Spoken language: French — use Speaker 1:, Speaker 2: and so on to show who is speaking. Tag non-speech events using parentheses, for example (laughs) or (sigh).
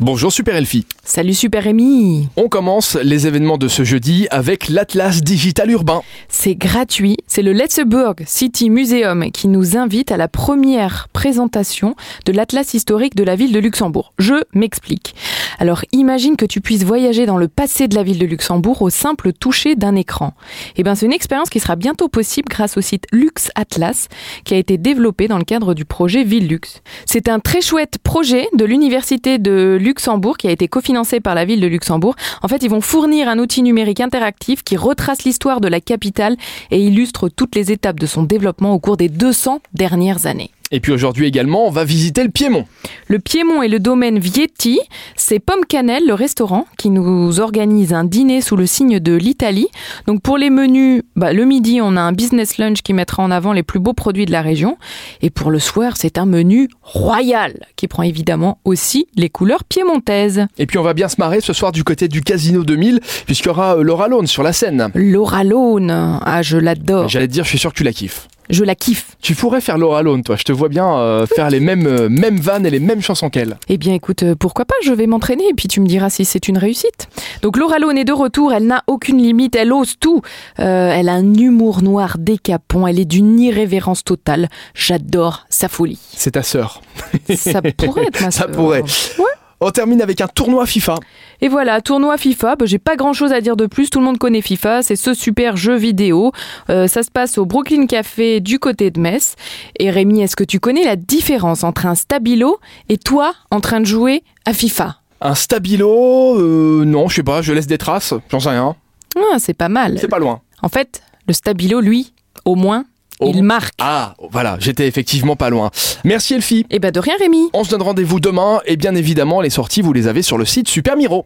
Speaker 1: Bonjour Super Elfie.
Speaker 2: Salut Super Rémi.
Speaker 1: On commence les événements de ce jeudi avec l'Atlas digital urbain.
Speaker 2: C'est gratuit. C'est le Letzeburg City Museum qui nous invite à la première présentation de l'Atlas historique de la ville de Luxembourg. Je m'explique. Alors imagine que tu puisses voyager dans le passé de la ville de Luxembourg au simple toucher d'un écran. Eh bien c'est une expérience qui sera bientôt possible grâce au site Lux Atlas qui a été développé dans le cadre du projet Ville Luxe. C'est un très chouette projet de l'université de Luxembourg qui a été cofinancé par la ville de Luxembourg. En fait, ils vont fournir un outil numérique interactif qui retrace l'histoire de la capitale et illustre toutes les étapes de son développement au cours des 200 dernières années.
Speaker 1: Et puis aujourd'hui également, on va visiter le Piémont.
Speaker 2: Le Piémont et le domaine Vietti, c'est Pomme Cannelle, le restaurant, qui nous organise un dîner sous le signe de l'Italie. Donc pour les menus, bah, le midi, on a un business lunch qui mettra en avant les plus beaux produits de la région. Et pour le soir, c'est un menu royal, qui prend évidemment aussi les couleurs piémontaises.
Speaker 1: Et puis on va bien se marrer ce soir du côté du Casino 2000, puisqu'il y aura euh, Laura Lone sur la scène.
Speaker 2: Laura Lone, ah je l'adore,
Speaker 1: J'allais te dire, je suis sûr que tu la kiffes.
Speaker 2: je la kiffe.
Speaker 1: Tu pourrais faire Laura Lone, toi. Je te vois bien euh, faire les mêmes, euh, mêmes vannes et les mêmes chansons qu'elle.
Speaker 2: Eh bien écoute, euh, pourquoi pas, je vais m'entraîner et puis tu me diras si c'est une réussite. Donc Laura Lone est de retour, elle n'a aucune limite, elle ose tout. Euh, elle a un humour noir décapant, elle est d'une irrévérence totale. J'adore
Speaker 1: (laughs)
Speaker 2: sa folie.
Speaker 1: C'est ta sœur.
Speaker 2: Ça pourrait être ma
Speaker 1: Ça
Speaker 2: sœur.
Speaker 1: pourrait.
Speaker 2: Ouais.
Speaker 1: On termine avec un tournoi FIFA.
Speaker 2: Et voilà, tournoi FIFA, bah, j'ai pas grand chose à dire de plus, tout le monde connaît FIFA, c'est ce super jeu vidéo. Euh, ça se passe au Brooklyn Café du côté de Metz. Et Rémi, est-ce que tu connais la différence entre un stabilo et toi en train de jouer à FIFA
Speaker 1: Un stabilo, euh, non, je sais pas, je laisse des traces, j'en sais rien.
Speaker 2: Ah, c'est pas mal.
Speaker 1: C'est pas loin.
Speaker 2: En fait, le stabilo, lui, au moins,
Speaker 1: Au
Speaker 2: il marque.
Speaker 1: Ah, voilà, j'étais effectivement pas loin. Merci Elfie.
Speaker 2: Eh ben de rien, Rémi.
Speaker 1: On se donne rendez-vous demain et bien évidemment les sorties vous les avez sur le site Super Miro.